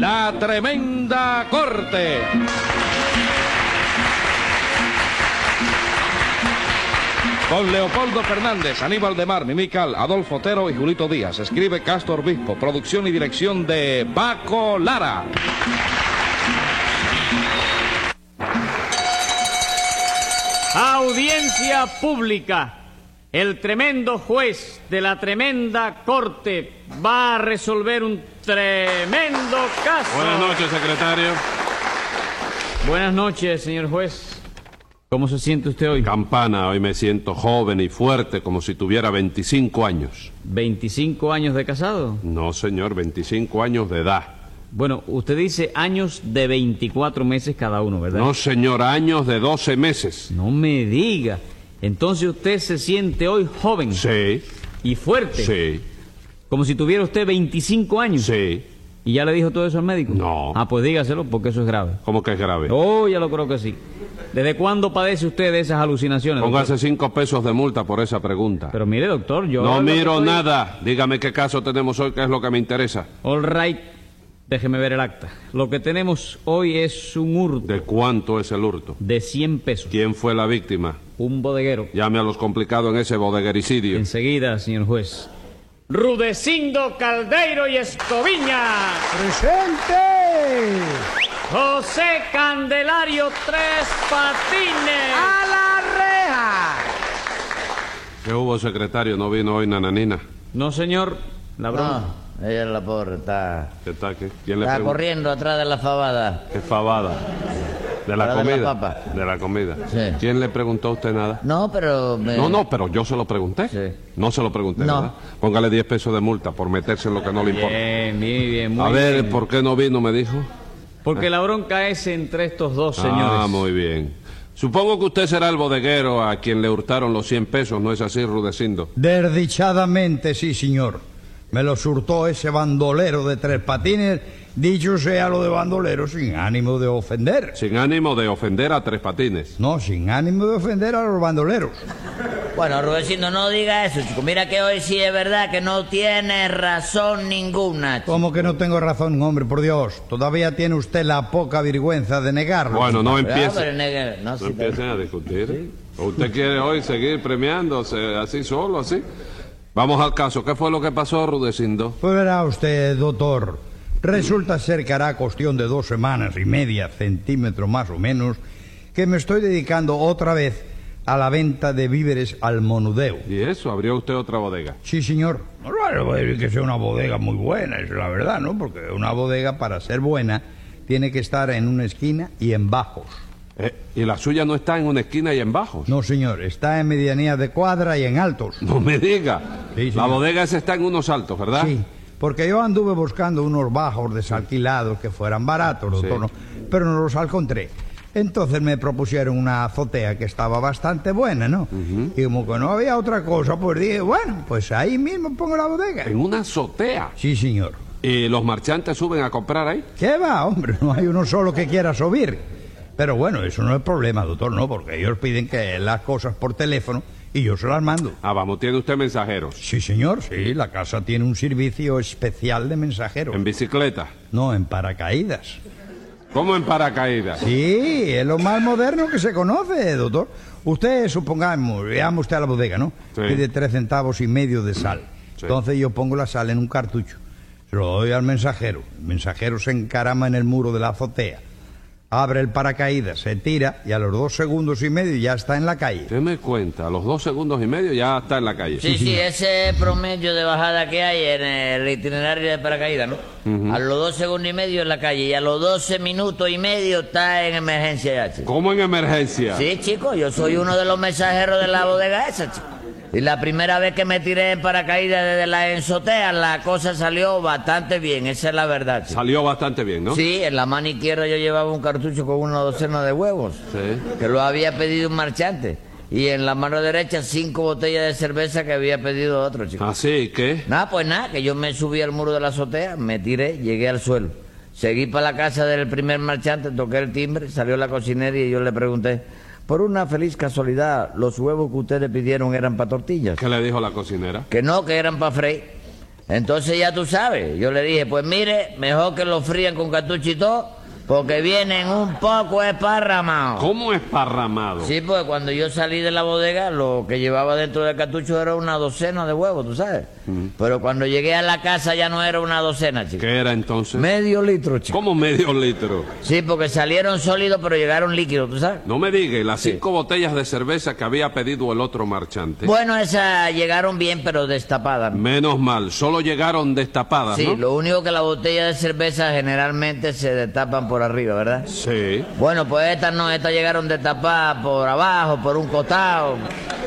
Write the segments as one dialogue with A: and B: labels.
A: La Tremenda Corte. Con Leopoldo Fernández, Aníbal de Mar, Mimical, Adolfo Otero y Julito Díaz. Escribe Castro Obispo. Producción y dirección de Paco Lara.
B: Audiencia pública. El tremendo juez de la tremenda corte va a resolver un tremendo caso.
C: Buenas noches, secretario.
B: Buenas noches, señor juez. ¿Cómo se siente usted hoy?
C: Campana, hoy me siento joven y fuerte, como si tuviera 25 años.
B: ¿25 años de casado?
C: No, señor, 25 años de edad.
B: Bueno, usted dice años de 24 meses cada uno, ¿verdad?
C: No, señor, años de 12 meses.
B: No me diga. Entonces usted se siente hoy joven
C: Sí,
B: y fuerte.
C: sí,
B: Como si tuviera usted 25 años.
C: sí.
B: ¿Y ya le dijo todo eso al médico?
C: No.
B: Ah, pues dígaselo porque eso es grave.
C: ¿Cómo que es grave?
B: Oh, ya lo creo que sí. ¿Desde cuándo padece usted de esas alucinaciones? doctor?
C: Póngase 5 pesos de multa por esa pregunta.
B: Pero mire, doctor, yo...
C: No
B: lo que
C: miro
B: estoy-
C: nada. Dígame qué caso tenemos hoy, que es lo que me interesa.
B: All right, déjeme ver el acta. Lo que tenemos hoy es un hurto
C: ¿De cuánto es el hurto?
B: de 100 pesos.
C: ¿Quién fue la víctima?
B: Un bodeguero.
C: Llame a los complicados en ese bodeguericidio.
B: Enseguida, señor juez. Rudecindo Caldeiro y Escoviña.
D: ¡Presente!
B: José Candelario Tres Patines.
D: ¡A la reja!
C: ¿Qué hubo, secretario? ¿No vino hoy Nananina?
B: No, señor. La
C: Ah.
B: broma.
E: No, ella es la pobre, está,
C: ¿Qué tal? ¿Qué- ¿Quién le
E: está
C: preguntó?
E: corriendo atrás de la fabada.
C: Es fabada. De la
E: Para de la
C: comida.
E: papa.
C: De la comida.
E: Sí.
C: ¿Quién le preguntó a usted nada?
E: No, pero... me-
C: No, no, pero yo se lo pregunté.
E: Sí.
C: No se lo pregunté,
E: No.
C: ¿verdad? Póngale 10 pesos de multa por meterse en lo que no le importa.
B: Bien, bien, bien. Muy
C: a ver,
B: bien.
C: ¿por qué no vino? Me dijo.
B: Porque la bronca es entre estos dos
C: Ah,
B: señores.
C: muy bien. Supongo que usted será el bodeguero a quien le hurtaron los 100 pesos, ¿no es así, Rudecindo?
F: Desdichadamente, sí, señor. Me lo surtó ese bandolero de tres patines, dicho sea lo de bandolero, sin ánimo de ofender.
C: Sin ánimo de ofender a Tres Patines.
F: No, sin ánimo de ofender a los bandoleros.
E: Bueno, Rudecindo, no diga eso, chico. Mira que hoy sí es verdad que no tiene razón ninguna, chico. Ah,
F: ¿Cómo que no tengo razón, hombre? Por Dios, todavía tiene usted la poca vergüenza de negarlo.
C: Bueno, no
E: Pero,
C: empiece.
E: pero, nega- no,
C: No
E: sí, pero-
C: empiecen a discutir. ¿O usted quiere hoy seguir premiándose así solo, así? Vamos al caso. ¿Qué fue lo que pasó, Rudecindo?
F: Pues verá usted, doctor. Resulta ser que hará cuestión de dos semanas y media, centímetro más o menos, que me estoy dedicando otra vez a la venta de víveres al monudeo.
C: ¿Y eso? ¿Abrió usted otra bodega?
F: Sí, señor. Bueno, voy a decir pues, que sea una bodega muy buena, es la verdad, ¿no? Porque una bodega, para ser buena, tiene que estar en una esquina y en bajos.
C: Eh, ¿Y la suya no está en una esquina y en bajos?
F: No, señor, está en medianía de cuadra y en altos.
C: No me diga.
F: Sí,
C: la
F: señor.
C: bodega esa está en unos altos, ¿verdad?
F: Sí, porque yo anduve buscando unos bajos desalquilados que fueran baratos, doctor,
C: Sí.
F: ¿no? pero no los encontré. Entonces me propusieron una azotea que estaba bastante buena, ¿no? Y como que no había otra cosa, pues dije, bueno, pues ahí mismo pongo la bodega.
C: En una azotea.
F: Sí, señor.
C: ¿Y los marchantes suben a comprar ahí?
F: ¿Qué va, hombre? No hay uno solo que quiera subir. Pero bueno, eso no es problema, doctor, ¿no? Porque ellos piden que las cosas por teléfono y yo se las mando.
C: Ah, vamos, tiene usted mensajeros.
F: Sí, señor, sí, la casa tiene un servicio especial de mensajeros.
C: En bicicleta.
F: No, en paracaídas.
C: ¿Cómo en paracaídas?
F: Sí, es lo más moderno que se conoce, doctor. Usted, supongamos, veamos usted a la bodega, ¿no?
C: Sí.
F: Pide tres centavos y medio de sal.
C: Sí.
F: Entonces yo pongo la sal en un cartucho. Se lo doy al mensajero. El mensajero se encarama en el muro de la azotea. Abre el paracaídas, se tira y a los dos segundos y medio ya está en la calle.
C: Usted me cuenta, a los dos segundos y medio ya está en la calle.
E: Sí, sí, ese promedio de bajada que hay en el itinerario de paracaídas, ¿no? A los dos segundos y medio en la calle y a los 12 minutos y medio está en emergencia ya, chico.
C: ¿Cómo en emergencia?
E: Sí, chico, yo soy uno de los mensajeros de la bodega esa, chico. Y la primera vez que me tiré en paracaídas desde la enzotea, la cosa salió bastante bien, esa es la verdad, chico.
C: Salió bastante bien, ¿no?
E: Sí, en la mano izquierda yo llevaba un cartucho con una docena de huevos,
C: Sí.
E: que lo había pedido un marchante. Y en la mano derecha cinco botellas de cerveza que había pedido otro, chico.
C: Así que...
E: Nada, pues nada, que yo me subí al muro de la azotea, me tiré, llegué al suelo. Seguí para la casa del primer marchante, toqué el timbre, salió la cocinera y yo le pregunté, por una feliz casualidad, los huevos que ustedes pidieron eran para tortillas.
C: ¿Qué le dijo la cocinera?
E: Que no, que eran para freír. Entonces ya tú sabes, yo le dije, pues mire, mejor que lo fríen con cartucho y todo, porque vienen un poco esparramados.
C: ¿Cómo esparramado?
E: Ah. Sí, porque cuando yo salí de la bodega, lo que llevaba dentro del cartucho era una docena de huevos, tú sabes. Pero cuando llegué a la casa ya no era una docena, chico.
C: ¿Qué era entonces?
E: Medio litro, chico.
C: ¿Cómo medio litro?
E: Sí, porque salieron sólidos, pero llegaron líquidos, tú sabes.
C: No me diga, ¿y las cinco botellas de cerveza que había pedido el otro marchante.
E: Bueno, esas llegaron bien, pero destapadas.
C: Menos mal, solo llegaron destapadas,
E: Sí,
C: ¿no?
E: lo único que la botella de cerveza generalmente se destapan por arriba, ¿verdad?
C: Sí.
E: Bueno, pues estas no, estas llegaron destapadas por abajo, por un costado.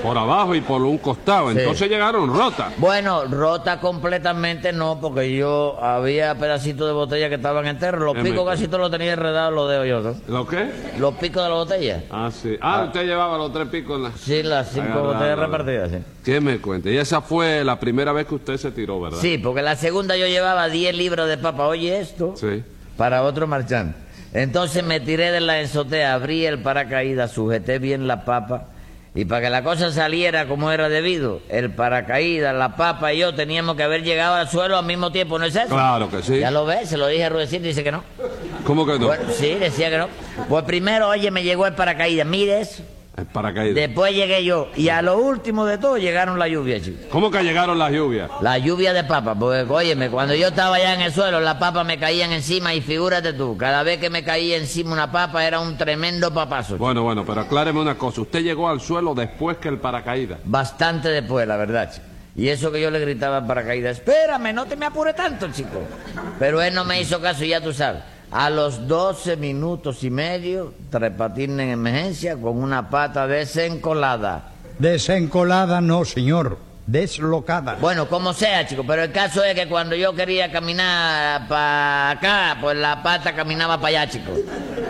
C: Por abajo y por un costado.
E: Sí.
C: Entonces llegaron rotas.
E: Bueno, rota completamente no, porque yo había pedacitos de botella que estaban enteros. Los
C: Es
E: picos
C: muy
E: casi todos los tenía enredados los dedos yo, ¿no?
C: ¿Lo qué?
E: Los picos de la botella.
C: Ah, sí. Ah, usted llevaba los tres picos en la...
E: Sí, las cinco
C: Agarrado,
E: botellas
C: ¿verdad?
E: repartidas, sí.
C: ¿Qué me cuenta? Y esa fue la primera vez que usted se tiró, ¿verdad?
E: Sí, porque la segunda yo llevaba 10 libras de papa. Oye, esto.
C: Sí.
E: para otro marchante. Entonces me tiré de la enzotea, abrí el paracaídas, sujeté bien la papa y para que la cosa saliera como era debido, el paracaídas, la papa y yo teníamos que haber llegado al suelo al mismo tiempo, ¿no es eso?
C: Claro que sí.
E: Ya lo ves, se lo dije a Rudecito y dice que no.
C: ¿Cómo que no?
E: Bueno, sí, decía que no. Pues primero, oye, me llegó el paracaídas, mire eso.
C: El paracaídas.
E: Después llegué yo y a lo último de todo llegaron la lluvia, chicos.
C: ¿Cómo que llegaron las lluvias?
E: La lluvia de papas, porque óyeme, cuando yo estaba allá en el suelo, las papas me caían encima y figúrate tú, cada vez que me caía encima una papa era un tremendo papazo. chico.
C: Bueno, bueno, pero acláreme una cosa. Usted llegó al suelo después que el paracaídas.
E: Bastante después, la verdad, chico. Y eso que yo le gritaba para caídas, espérame, no te me apure tanto, chico. Pero él no me hizo caso, y ya tú sabes. A los 12 minutos y medio, trepatín en emergencia con una pata desencolada.
F: Desencolada no, señor. Deslocada.
E: Bueno, como sea, chico, pero el caso es que cuando yo quería caminar para acá, pues la pata caminaba para allá, chico.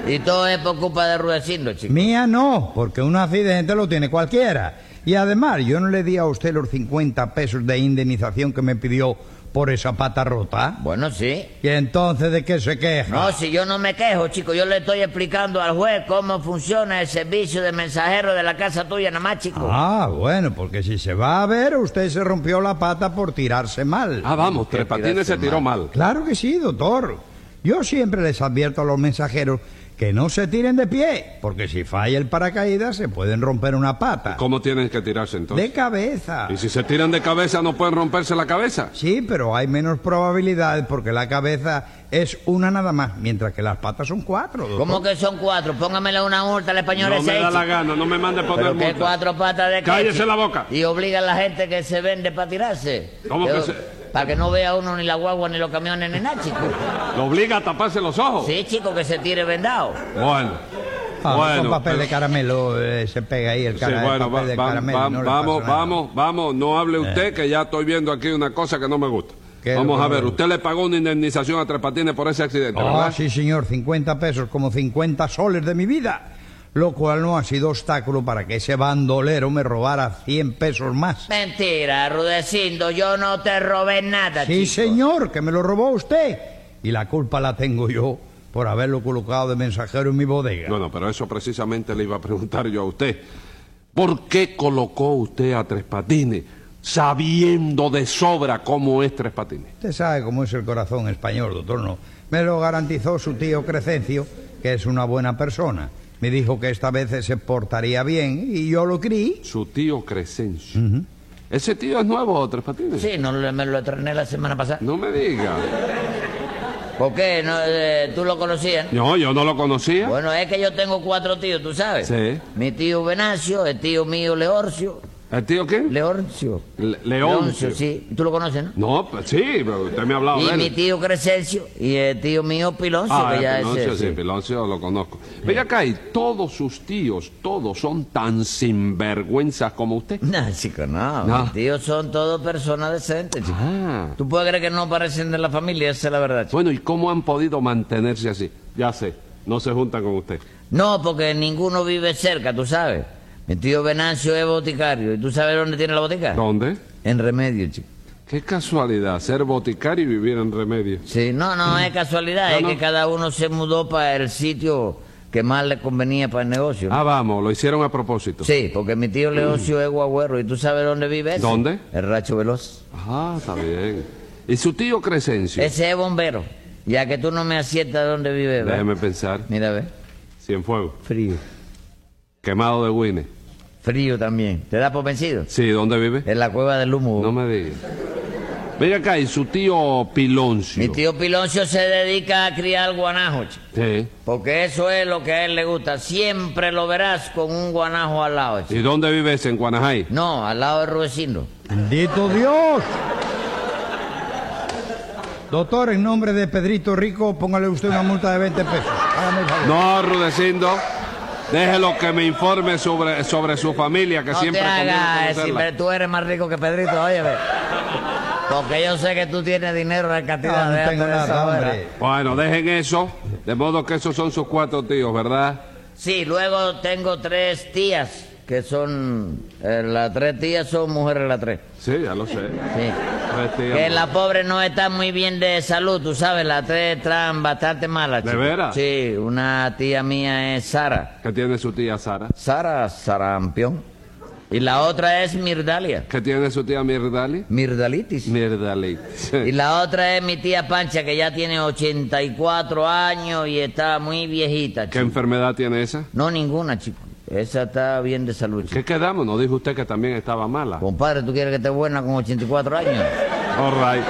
E: Y todo es por culpa de Rudecindo, chico.
F: Mía no, porque un accidente lo tiene cualquiera. Y además, yo no le di a usted los 50 pesos de indemnización que me pidió por esa pata rota.
E: Bueno, sí.
F: ¿Y entonces de qué se queja?
E: No, si yo no me quejo, chico, yo le estoy explicando al juez cómo funciona el servicio de mensajero de la casa tuya, nada más, chico.
F: Ah, bueno, porque si se va a ver, usted se rompió la pata por tirarse mal.
C: Ah, vamos, Tres Patines se tiró mal.
F: Claro que sí, doctor. Yo siempre les advierto a los mensajeros que no se tiren de pie, porque si falla el paracaídas se pueden romper una pata.
C: ¿Cómo tienen que tirarse entonces?
F: De cabeza.
C: ¿Y si se tiran de cabeza no pueden romperse la cabeza?
F: Sí, pero hay menos probabilidades porque la cabeza es una nada más, mientras que las patas son cuatro. doctor.
E: ¿Cómo que son cuatro? Póngamele una multa al español
C: No
E: ese,
C: me da la
E: chico.
C: gana, no me mande poner
E: ¿Pero qué
C: multa.
E: cuatro patas de qué,
C: Cállese
E: chico?
C: la boca.
E: Y obliga a la gente que se vende para tirarse.
C: ¿Cómo que
E: Yo-
C: se-
E: Para que no vea uno ni la guagua, ni los camiones, ni nada, chico.
C: ¿Lo obliga a taparse los ojos?
E: Sí, chico, que se tire vendado.
C: Bueno.
F: Ah,
C: bueno,
F: con papel
C: pero-
F: de caramelo eh, se pega ahí el
C: Sí,
F: cara, el
C: bueno,
F: papel de
C: va- va-
F: caramelo.
C: va-
F: no le
C: vamos,
F: pasa nada. Eh.
C: vamos, vamos, no hable usted que ya estoy viendo aquí una cosa que no me gusta.
F: ¿Qué es
C: Vamos
F: lo que
C: a
F: no
C: ver,
F: le
C: usted le pagó una indemnización a Tres Patines por ese accidente,
F: Ah,
C: ¿verdad?
F: sí, señor, 50 pesos, como 50 soles de mi vida. Lo cual no ha sido obstáculo para que ese bandolero me robara 100 pesos más.
E: Mentira, Rudecindo, yo no te robé nada,
F: Sí,
E: chico.
F: señor, que me lo robó usted. Y la culpa la tengo yo por haberlo colocado de mensajero en mi bodega.
C: No, no, pero eso precisamente le iba a preguntar yo a usted. ¿Por qué colocó usted a Tres Patines sabiendo de sobra cómo es Tres Patines?
F: Usted sabe cómo es el corazón español, doctor, ¿no? Me lo garantizó su tío Crescencio, que es una buena persona. Me dijo que esta vez se portaría bien y yo lo creí.
C: Su tío Crescencio. ¿Ese tío es nuevo, Tres Patines?
E: Sí, no lo- me lo estrené la semana pasada.
C: No me diga.
E: ¿Por qué? No, eh, ¿Tú lo conocías?
C: No, yo no lo conocía.
E: Bueno, es que yo tengo cuatro tíos, ¿tú sabes?
C: Sí.
E: Mi tío Venancio, el tío mío Leorcio.
C: ¿El tío quién?
E: Leorcio.
C: Le-
E: Leoncio,
C: Leoncio.
E: sí. ¿Tú lo conoces, no?
C: No, pues sí, pero usted me ha hablado
E: Y
C: de él.
E: mi tío Crescencio y el tío mío Piloncio,
C: Ah,
E: que ya
C: Peloncio,
E: es...
C: sí, Peloncio lo conozco. Venga acá, y todos sus tíos, todos son tan sinvergüenzas como usted.
E: No, chico, no.
C: No.
E: Mis tíos son todos personas decentes, chico.
C: Ah.
E: Tú puedes creer que no parecen de la familia, esa es la verdad, chico.
C: Bueno, ¿y cómo han podido mantenerse así? Ya sé, no se juntan con usted.
E: No, porque ninguno vive cerca, tú sabes. Mi tío Venancio es boticario. ¿Y tú sabes dónde tiene la botica?
C: ¿Dónde?
E: En Remedio, chico.
C: Qué casualidad, ser boticario y vivir en remedio.
E: Sí, no, no es casualidad,
C: No,
E: es
C: no.
E: que cada uno se mudó para el sitio que más le convenía para el negocio. ¿no?
C: Ah, vamos, lo hicieron a propósito.
E: Sí, porque mi tío Leocio es guagüero y tú sabes dónde vive ese?
C: ¿Dónde?
E: El Racho Veloz.
C: Ah, está bien. ¿Y su tío Crescencio?
E: Ese es bombero. Ya que tú no me aciertas de dónde vive, ¿verdad?
C: Déjeme pensar.
E: Mira, ve.
C: Cienfuegos.
E: Frío.
C: Quemado de Winnie.
E: Frío también. ¿Te da por vencido?
C: Sí, ¿dónde vive?
E: En la cueva del humo.
C: No me diga. Venga acá, ¿y su tío Piloncio?
E: Mi tío Piloncio se dedica a criar guanajo, chico.
C: Sí.
E: Porque eso es lo que a él le gusta. Siempre lo verás con un guanajo al lado. chico.
C: ¿Y dónde vive ese? ¿En Guanajay?
E: No, al lado de Rudecindo.
F: ¡Bendito Dios! Doctor, en nombre de Pedrito Rico, póngale usted una multa de 20 pesos. Hágame el favor.
C: No, Rudecindo. Déjelo que me informe sobre, sobre su familia, que
E: No
C: siempre
E: te
C: conviene
E: hagas,
C: conocerla.
E: siempre tú eres más rico que Pedrito, oye. Porque yo sé que tú tienes dinero en cantidad
F: Ah,
E: de
F: no tengo
E: antes de esa
F: nada,
E: hora.
F: hombre.
C: Bueno, dejen eso. De modo que esos son sus cuatro tíos, ¿verdad?
E: Sí, luego tengo tres tías, que son... eh, las tres tías son mujeres las tres.
C: Sí, ya lo sé.
E: Sí.
C: Tres tíos.
E: Que las pobres no están muy bien de salud, tú sabes, las tres están bastante malas.
C: ¿De
E: chico.
C: veras?
E: Sí, una tía mía es Sara.
C: ¿Qué tiene su tía Sara?
E: Sara Sarampión. Y la otra es Mirdalia.
C: ¿Qué tiene su tía Mirdali?
E: Mirdalitis.
C: Mirdalitis.
E: Y la otra es mi tía Pancha, que ya tiene 84 años y está muy viejita.
C: ¿Qué
E: chico.
C: enfermedad tiene esa?
E: No ninguna, chico. Esa está bien de salud. chico.
C: ¿Qué quedamos? ¿No dijo usted que también estaba mala?
E: Compadre, ¿tú quieres que esté buena con 84 años?
C: All right.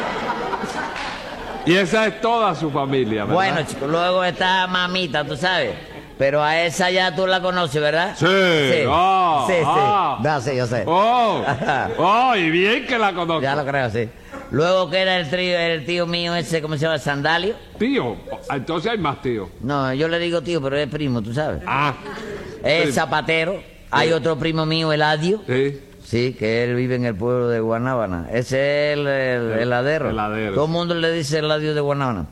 C: Y esa es toda su familia, ¿verdad?
E: Bueno, chicos, luego está mamita, tú sabes. Pero a esa ya tú la conoces, ¿verdad?
C: Sí.
E: Sí,
C: Ah,
E: sí. sí.
C: ah.
E: No, sí, yo sé.
C: ¡Oh!
E: Ajá.
C: ¡Oh! Y bien que la conozco.
E: Ya lo creo, sí. Luego queda el trío, el tío mío ese, ¿cómo se llama? Sandalio.
C: Tío. Entonces hay más tíos.
E: No, yo le digo tío, pero es primo, tú sabes.
C: Ah.
E: Es
C: sí.
E: zapatero. Hay otro primo mío, Eladio.
C: Sí.
E: Sí, que él vive en el pueblo de Guanábana. Ese es el, el-
C: El
E: heladero.
C: heladero.
E: Todo el mundo le dice Eladio de Guanábana.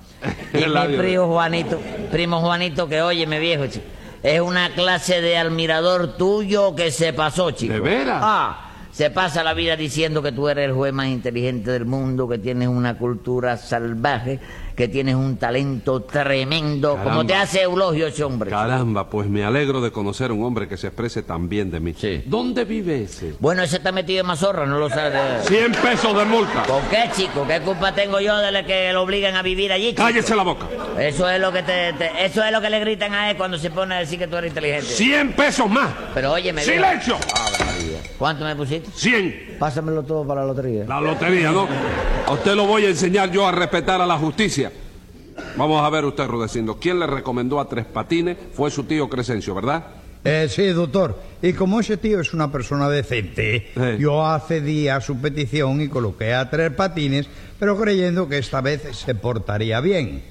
E: Y mi
C: Eladio.
E: primo Juanito, primo Juanito, que óyeme viejo, chico, es una clase de admirador tuyo que se pasó, chico.
C: ¿De veras?
E: Ah, se pasa la vida diciendo que tú eres el juez más inteligente del mundo, que tienes una cultura salvaje, que tienes un talento tremendo, como
C: Caramba.
E: te hace Eulogio ese hombre. chico.
C: Caramba, pues me alegro de conocer un hombre que se exprese tan bien de mí.
E: Sí.
C: ¿Dónde vive ese?
E: Bueno, ese está metido en mazorra, no lo sabe.
C: 100 pesos de multa.
E: ¿Por qué, chico? ¿Qué culpa tengo yo de la que lo obligan a vivir allí, chico?
C: Cállese la boca.
E: Eso es lo que te, te- eso es lo que le gritan a él cuando se pone a decir que tú eres inteligente.
C: 100 pesos más.
E: Pero oye, me
C: ¡Silencio!
E: ¿Cuánto me pusiste?
C: 100.
E: Pásamelo todo para la lotería.
C: La lotería, ¿no? A usted lo voy a enseñar yo a respetar a la justicia. Vamos a ver usted, Rudecindo. ¿Quién le recomendó a Tres Patines? Fue su tío Crescencio, ¿verdad?
F: Eh, sí, doctor. Y como ese tío es una persona decente,
C: Sí.
F: yo accedí a su petición y coloqué a tres patines, pero creyendo que esta vez se portaría bien.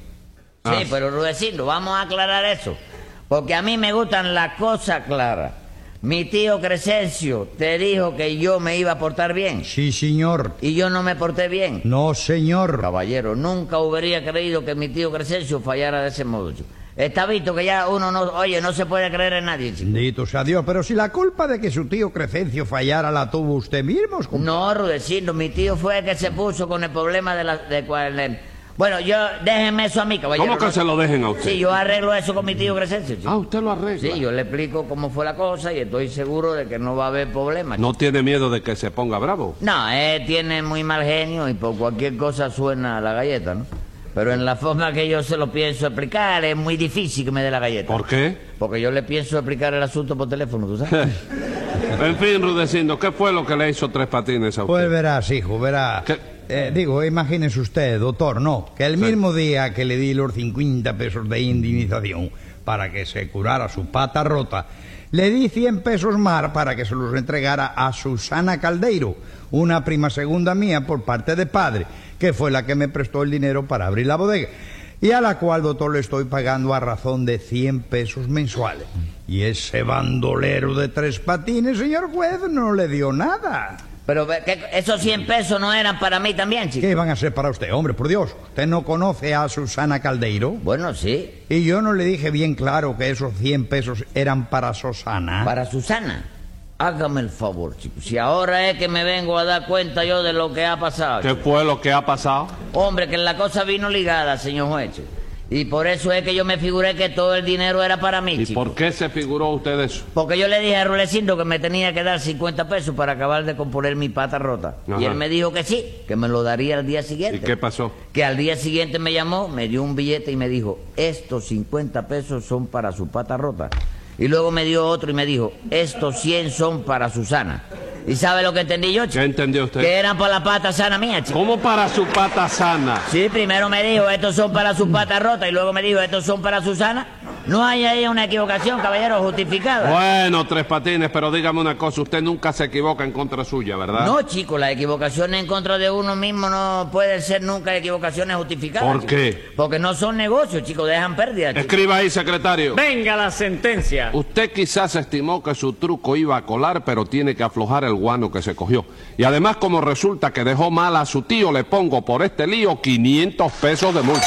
E: Sí, pero Rudecindo, vamos a aclarar eso. Porque a mí me gustan las cosas claras. Mi tío Crescencio te dijo que yo me iba a portar bien.
F: Sí, señor.
E: Y yo no me porté bien.
F: No, señor.
E: Caballero, nunca hubiera creído que mi tío Crescencio fallara de ese modo. chico. Está visto que ya uno no, oye, no se puede creer en nadie, chico.
F: Bendito sea Dios. Pero si la culpa de que su tío Crescencio fallara la tuvo usted mismo, compadre.
E: No, Rudecindo, mi tío fue el que se puso con el problema de la... De cual, eh, bueno, yo, déjenme eso a mí, caballero.
C: ¿Cómo que
E: No-
C: se lo dejen a usted?
E: Sí, yo arreglo eso con mi tío Crescencio. chico.
C: Ah, usted lo arregla.
E: Sí, yo le explico cómo fue la cosa y estoy seguro de que no va a haber problema. chico.
C: ¿No tiene miedo de que se ponga bravo?
E: No, él tiene muy mal genio y por cualquier cosa suena la galleta, ¿no? Pero en la forma que yo se lo pienso explicar es muy difícil que me dé la galleta.
C: ¿Por qué?
E: Porque yo le pienso explicar el asunto por teléfono, ¿tú sabes?
C: en fin, Rudecindo, ¿qué fue lo que le hizo Tres Patines a usted?
F: Pues verás, hijo, verás.
C: ¿Qué?
F: Eh, digo, imagínese usted, doctor, no, que el mismo día que le di los 50 pesos de indemnización para que se curara su pata rota, le di 100 pesos más para que se los entregara a Susana Caldeiro, una prima segunda mía por parte de padre, que fue la que me prestó el dinero para abrir la bodega, y a la cual, doctor, le estoy pagando a razón de 100 pesos mensuales. Y ese bandolero de tres patines, señor juez, no le dio nada.
E: Pero ve que esos 100 pesos no eran para mí también, chico.
F: ¿Qué iban a hacer para usted? Hombre, por Dios, usted no conoce a Susana Caldeiro.
E: Bueno, sí,
F: Y yo no le dije bien claro que esos 100 pesos eran para Susana.
E: para Susana. Hágame el favor, chico. Si ahora es que me vengo a dar cuenta yo de lo que ha pasado.
C: ¿Qué fue lo que ha pasado?
E: Hombre, que la cosa vino ligada, señor juez. chico. Y por eso es que yo me figuré que todo el dinero era para mí,
C: ¿Y
E: chico.
C: por qué se figuró usted eso?
E: Porque yo le dije a Rulecindo que me tenía que dar 50 pesos para acabar de componer mi pata rota.
C: Ajá.
E: Y él me dijo que sí, que me lo daría al día siguiente.
C: ¿Y qué pasó?
E: Que al día siguiente me llamó, me dio un billete y me dijo, estos 50 pesos son para su pata rota. Y luego me dio otro y me dijo, estos 100 son para Susana. ¿Y sabe lo que entendí yo, chico?
C: ¿Qué entendió usted?
E: Que eran para la pata sana mía, chico.
C: ¿Cómo para su pata sana?
E: Sí, primero me dijo, estos son para su pata rota, y luego me dijo, estos son para Susana. No hay ahí una equivocación, caballero, justificada.
C: Bueno, Tres Patines, pero dígame una cosa, usted nunca se equivoca en contra suya, ¿verdad?
E: No, chico, las equivocaciones en contra de uno mismo no pueden ser nunca equivocaciones justificadas.
C: ¿Por
E: chico.
C: qué?
E: Porque no son negocios, chicos, dejan pérdidas. chico.
C: Escriba ahí, secretario.
B: Venga la sentencia.
C: Usted quizás estimó que su truco iba a colar, pero tiene que aflojar el guano que se cogió. Y además, como resulta que dejó mal a su tío, le pongo por este lío 500 pesos de multa.